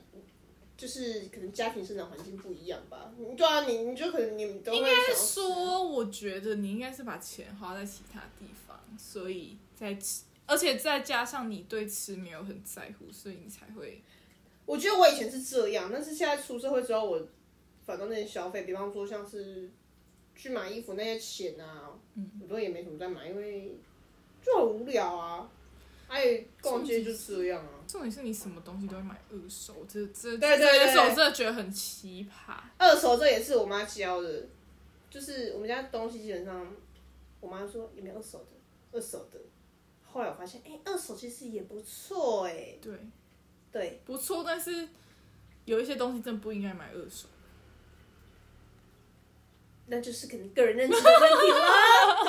Speaker 3: 就是可能家庭生长环境不一样吧。嗯对啊，你你就可能你们都会
Speaker 2: 但
Speaker 3: 想
Speaker 2: 是说，我觉得你应该是把钱花在其他地方，所以在吃，而且再加上你对吃没有很在乎，所以你才会
Speaker 3: 我觉得我以前是这样，但是现在出社会之后，我反倒那些消费，比方说像是去买衣服那些钱啊，我都也没什么在买，因为就很无聊啊。还有逛街就这样啊。
Speaker 2: 重点是你什么东西都会买二手，这这
Speaker 3: 对对
Speaker 2: 这
Speaker 3: 对
Speaker 2: 件事我真的觉得很奇葩。
Speaker 3: 二手这也是我妈教的，就是我们家东西基本上，我妈说有没有二手的，二手的。后来我发现，哎、二手其实也不错哎、
Speaker 2: 对，
Speaker 3: 对。
Speaker 2: 不错，但是有一些东西真的不应该买二手。
Speaker 3: 那就是可能个人认知的问题 了。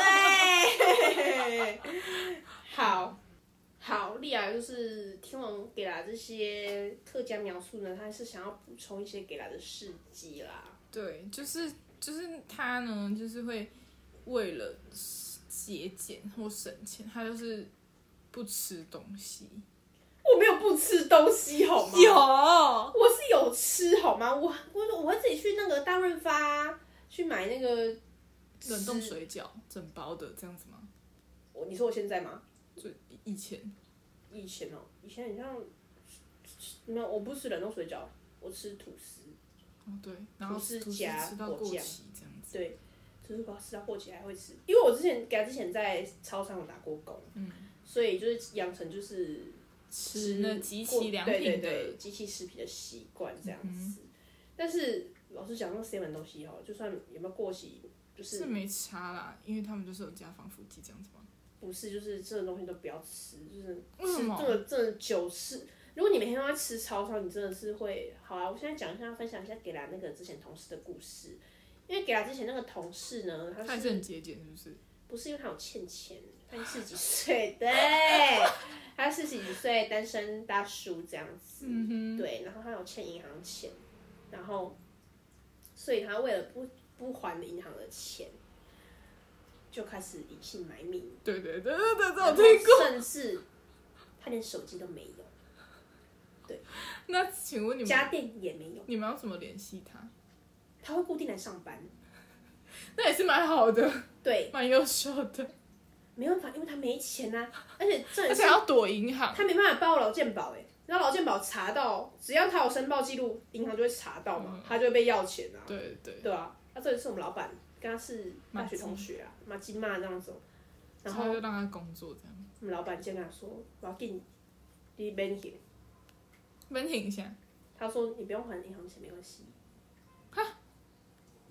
Speaker 3: 对， 好，好，丽雅就是听完给啦这些客家描述呢，她还是想要补充一些给啦的事迹啦。
Speaker 2: 对，就是就是他呢，就是会为了节俭或省钱，他就是不吃东西。
Speaker 3: 我没有不吃东西好吗？
Speaker 2: 有，
Speaker 3: 我是有吃好吗？我我我会自己去那个大润发去买那个
Speaker 2: 冷冻水饺整包的这样子吗？
Speaker 3: 我你说我现在吗？
Speaker 2: 就以前
Speaker 3: 以前哦，以前很像没有，我不吃冷冻水饺，我吃吐司。
Speaker 2: 哦对，然后
Speaker 3: 吐司
Speaker 2: 吐司
Speaker 3: 夹
Speaker 2: 吃到
Speaker 3: 果
Speaker 2: 过
Speaker 3: 酱
Speaker 2: 期这样子。
Speaker 3: 对，就是把吃到过期还会吃，因为我之前给他之前在超商有打过工，
Speaker 2: 嗯，
Speaker 3: 所以就是养成就是
Speaker 2: 吃那
Speaker 3: 过
Speaker 2: 极其良
Speaker 3: 对对
Speaker 2: 品
Speaker 3: 对
Speaker 2: 的，嗯
Speaker 3: 机器食品的习惯这样子。但是老实讲，那 seven 东西哈，哦就算有没有过期，就是
Speaker 2: 是没差啦，因为他们就是有加防腐剂这样子嘛。
Speaker 3: 不是就是这种东西都不要吃，就是
Speaker 2: 为什
Speaker 3: 吃
Speaker 2: 么
Speaker 3: 这个这久吃。如果你每天都在吃超超，你真的是会好啊！我现在讲一下，分享一下给啦那个之前同事的故事。因为给啦之前那个同事呢，他
Speaker 2: 他也
Speaker 3: 嗯是
Speaker 2: 是很节俭，是不是？
Speaker 3: 不是因为他有欠钱，他四十几岁，对，他四十几岁单身大叔这样子，
Speaker 2: 嗯哼，
Speaker 3: 对，然后他有欠银行钱，然后，所以他为了不不还银行的钱，就开始隐姓埋名，
Speaker 2: 对对对对对，这
Speaker 3: 然
Speaker 2: 我
Speaker 3: 后
Speaker 2: 听过。
Speaker 3: 甚至他连手机都没有，
Speaker 2: 那请问你们
Speaker 3: 家电也没有，
Speaker 2: 你们要怎么联系他？
Speaker 3: 他会固定来上班，
Speaker 2: 那也是蛮好的，
Speaker 3: 对，
Speaker 2: 蛮优秀的，
Speaker 3: 没办法，因为他没钱啊，而且这
Speaker 2: 而
Speaker 3: 也是
Speaker 2: 且还要躲银行。
Speaker 3: 他没办法报劳健保哎、欸，然后劳健保查到，只要他有申报记录，银行就会查到嘛，
Speaker 2: 嗯
Speaker 3: 他就会被要钱啊，
Speaker 2: 对对，
Speaker 3: 对啊，那、这里是我们老板，跟他是大学同学啊，马金嘛这样子哦，然后
Speaker 2: 他就让他工作这样，
Speaker 3: 我们老板就跟他说，我要给你，你免钱，
Speaker 2: 分停一下。
Speaker 3: 他说你不用还银行钱没关系，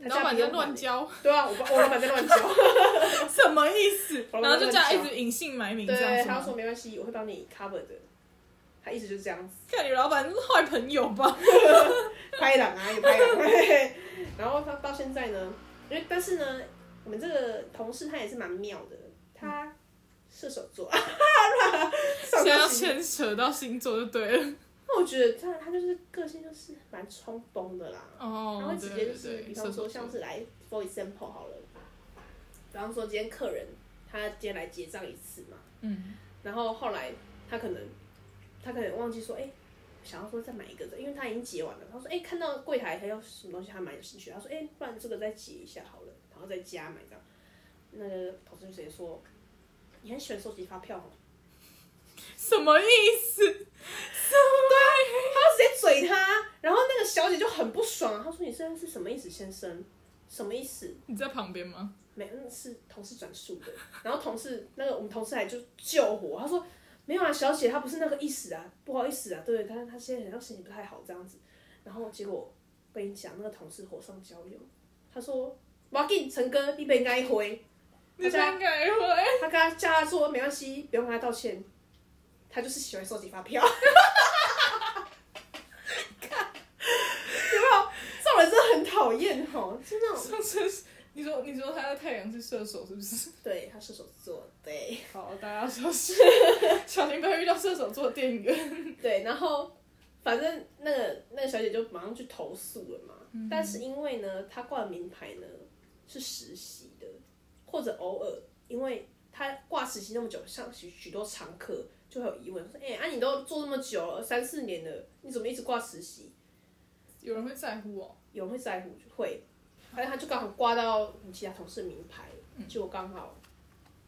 Speaker 2: 你老板在乱教，
Speaker 3: 对啊，我不我老板 在乱讲，
Speaker 2: 什么意 思？
Speaker 3: 我老板
Speaker 2: 然后就这样
Speaker 3: 乱
Speaker 2: 一
Speaker 3: 教
Speaker 2: 直隐姓埋名这
Speaker 3: 对，
Speaker 2: 样
Speaker 3: 他
Speaker 2: 子
Speaker 3: 说
Speaker 2: 吗。
Speaker 3: 没关系，我会帮你 cover 的，他意思就是这样子。
Speaker 2: 看你老板是坏朋友吧？
Speaker 3: 拍档啊，也拍档。 嘿然后他到现在呢，因为但是呢，我们这个同事他也是蛮妙的，他射手座， 上
Speaker 2: 现在要
Speaker 3: 个星
Speaker 2: 牵扯到星座就对了。
Speaker 3: 那我觉得他他就是个性就是蛮冲动的啦，他
Speaker 2: 哦
Speaker 3: 会，直
Speaker 2: 对
Speaker 3: 接就
Speaker 2: 对
Speaker 3: 是，
Speaker 2: 对，
Speaker 3: 比
Speaker 2: 射
Speaker 3: 方
Speaker 2: 手座
Speaker 3: 说像是来 for example 好了，比方说今天客人他今天来结账一次嘛，
Speaker 2: 嗯，
Speaker 3: 然后后来他可能他可能忘记说，哎、想要说再买一个的，因为他已经结完了。他说，哎、看到柜台还有什么东西他蛮有兴趣，他说，哎、不然这个再结一下好了，然后再加买这样。那个同事就直接说，你很喜欢收集发票吗？
Speaker 2: 什么意思？
Speaker 3: 他直接嘴他，然后那个小姐就很不爽，她说你这是什么意思，先生？什么意思？
Speaker 2: 你在旁边吗？
Speaker 3: 没，那是同事转述的。然后同事那个我们同事还就救火，他说没有啊，小姐她不是那个意思啊，不好意思啊，对，她她现在好像心情不太好这样子。然后结果跟你讲，那个同事火上浇油，他说我要给你陈哥，你被挨回，
Speaker 2: 你在改回？
Speaker 3: 他跟他叫他说没关系，不用跟他道歉，他就是喜欢收集发票。看，有没有？这种人真的很讨厌吼，就那种
Speaker 2: 上次是你说你说他的太阳是射手是不 是？
Speaker 3: 对他射手座，对。
Speaker 2: 好，大家要小心，小心不要遇到射手座的店员。
Speaker 3: 对，然后反正那个那个小姐就马上去投诉了嘛。但是因为呢，她挂的名牌呢是实习的，或者偶尔，因为她挂实习那么久，像许许多常客就会有疑问说：“哎、啊，你都做那么久了，三四年了，你怎么一直挂实习
Speaker 2: 有人会在乎哦。？”
Speaker 3: 有人会在乎，会，而且她就刚好挂到其他同事的名牌，结果刚好。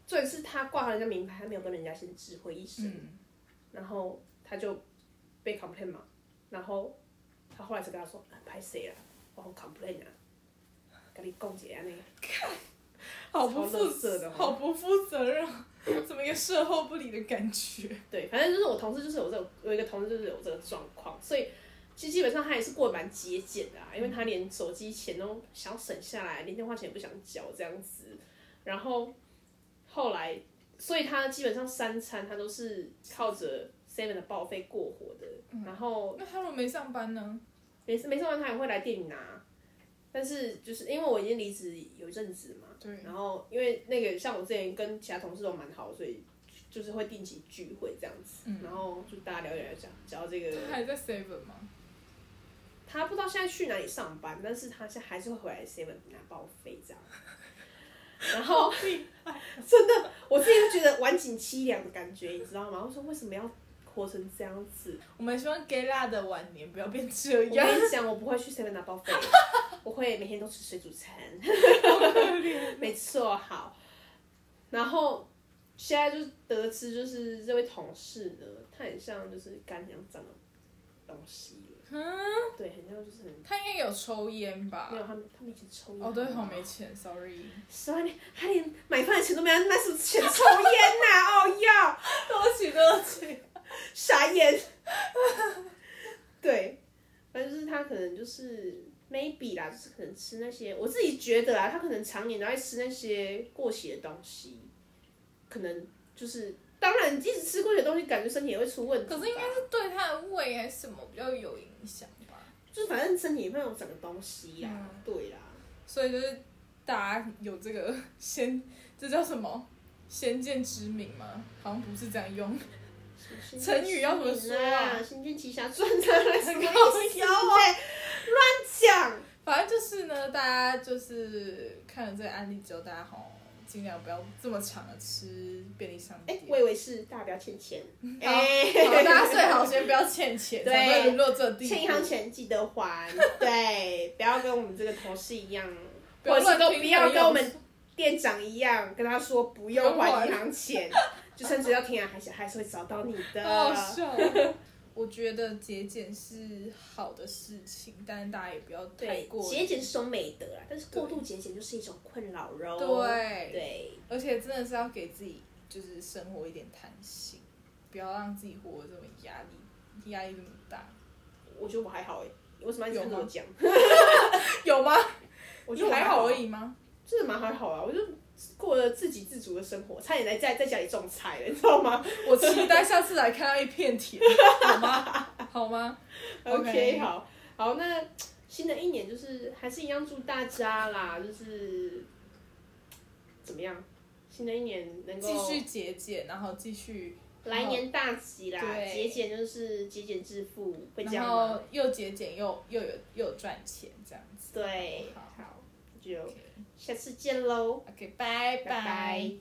Speaker 3: 重点是她挂人家名牌，她没有跟人家先知会一声，
Speaker 2: 嗯，
Speaker 3: 然后他就被 complain 嘛，然后他后来才跟他说，啊，拍谁啦，我好 complain 啊，跟你共解安尼，
Speaker 2: 好不
Speaker 3: 超
Speaker 2: 负
Speaker 3: 垃圾的哦
Speaker 2: 好不负责任哦，怎么一个售后不理的感觉？
Speaker 3: 对，反正就是我同事就是有这种，有一个同事就是有这个状况，所以其实基本上他也是过得蛮节俭的、啊，因为他连手机钱都想省下来，连电话钱也不想交这样子，然后后来，所以他基本上三餐他都是靠着 seven 的报废过活的，然后
Speaker 2: 那他如果没上班呢？
Speaker 3: 没事没上完他也会来店里拿，但是就是因为我已经离职有一阵子嘛，
Speaker 2: 对
Speaker 3: 然后因为那个像我之前跟其他同事都蛮好，所以就是会定期聚会这样子，然后就大家聊一聊讲讲到这个，
Speaker 2: 他还在 seven 吗？
Speaker 3: 他不知道现在去哪里上班，但是他现在还是会回来 seven 拿报废这样。然后真的，我自己就觉得晚景凄凉的感觉，你知道吗？我说为什么要活成这样子？
Speaker 2: 我们希望 Gala 的晚年不要变这
Speaker 3: 我
Speaker 2: 样。
Speaker 3: 跟你讲，我不会去 seven 拿报废，我会每天都吃水煮餐。没错，好。然后现在就得知，就是这位同事呢，他很像就是干娘脏的东西了。
Speaker 2: 嗯，
Speaker 3: 对，很像就是很
Speaker 2: 他应该有抽烟吧
Speaker 3: 没？有他们，他们以前抽烟。
Speaker 2: 哦，对，好没。钱，sorry。
Speaker 3: 十万年，他连买饭的钱都没有，那什么钱抽烟呐、哦要
Speaker 2: 对不起，对不起。
Speaker 3: 傻眼。对，反正就是他可能就是 maybe 啦，就是可能吃那些，我自己觉得啦，他可能常年都在吃那些过期的东西，可能就是，当然一直吃过期的东西，感觉身体也会出问题吧。啊
Speaker 2: 可是应该是对他的胃还是什么比较有影响吧。
Speaker 3: 就是反正身体也会有长东西呀、对啦，
Speaker 2: 所以就是大家有这个先，这叫什么？先见之明吗？好像不是这样用。成语要怎么说啊
Speaker 3: 《仙剑奇侠传》当然是
Speaker 2: 搞笑
Speaker 3: 啊
Speaker 2: 啊
Speaker 3: 乱讲。
Speaker 2: 反正就是呢，大家就是看了这个案例之后，大家好尽量不要这么长的吃便利商
Speaker 3: 哎、
Speaker 2: 店。
Speaker 3: 我以为是大家不要欠钱，
Speaker 2: 好，
Speaker 3: 哎
Speaker 2: 嗯好，大家最好先不要欠钱，
Speaker 3: 对
Speaker 2: 才不会沦落这地步。
Speaker 3: 欠银行钱记得还，对，不要跟我们这个同事一样，
Speaker 2: 不
Speaker 3: 或
Speaker 2: 要
Speaker 3: 者是
Speaker 2: 乱听
Speaker 3: 都不要
Speaker 2: 朋友
Speaker 3: 跟我们店长一样，跟他说不用
Speaker 2: 不用
Speaker 3: 还
Speaker 2: 还
Speaker 3: 银 行钱，就甚至要天涯海角还是会找到你的。
Speaker 2: 好好笑哦。 我觉得节俭是好的事情，但大家也不要太
Speaker 3: 对
Speaker 2: 过，
Speaker 3: 节俭是种美德啦，但是过度节俭就是一种困扰喽。
Speaker 2: 对
Speaker 3: 对，
Speaker 2: 而且真的是要给自己就是生活一点弹性，不要让自己活得这么压力，压力这么 大，
Speaker 3: 我觉得我还好哎、欸，为什么要一直
Speaker 2: 有
Speaker 3: 跟
Speaker 2: 吗
Speaker 3: 我讲？
Speaker 2: 有吗？
Speaker 3: 我觉
Speaker 2: 就
Speaker 3: 得
Speaker 2: 还好而，啊已吗？
Speaker 3: 真的蛮还好啊，我就过了自给自足的生活，差点来在在家里种菜了，你知道吗
Speaker 2: 我期待下次来看到一片田， 好吗？好吗？OK
Speaker 3: ？OK，好，好，那新的一年就是还是一样祝大家啦，就是怎么样？新的一年能够
Speaker 2: 继续节俭，然后继续，
Speaker 3: 来年大吉啦，
Speaker 2: 对
Speaker 3: 节俭就是节俭致富，会这
Speaker 2: 然
Speaker 3: 样
Speaker 2: 后
Speaker 3: 吗？
Speaker 2: 又节俭又又有又有赚钱这样子。
Speaker 3: 对，
Speaker 2: 好
Speaker 3: 好，就下次见喽，
Speaker 2: OK，拜
Speaker 3: 拜拜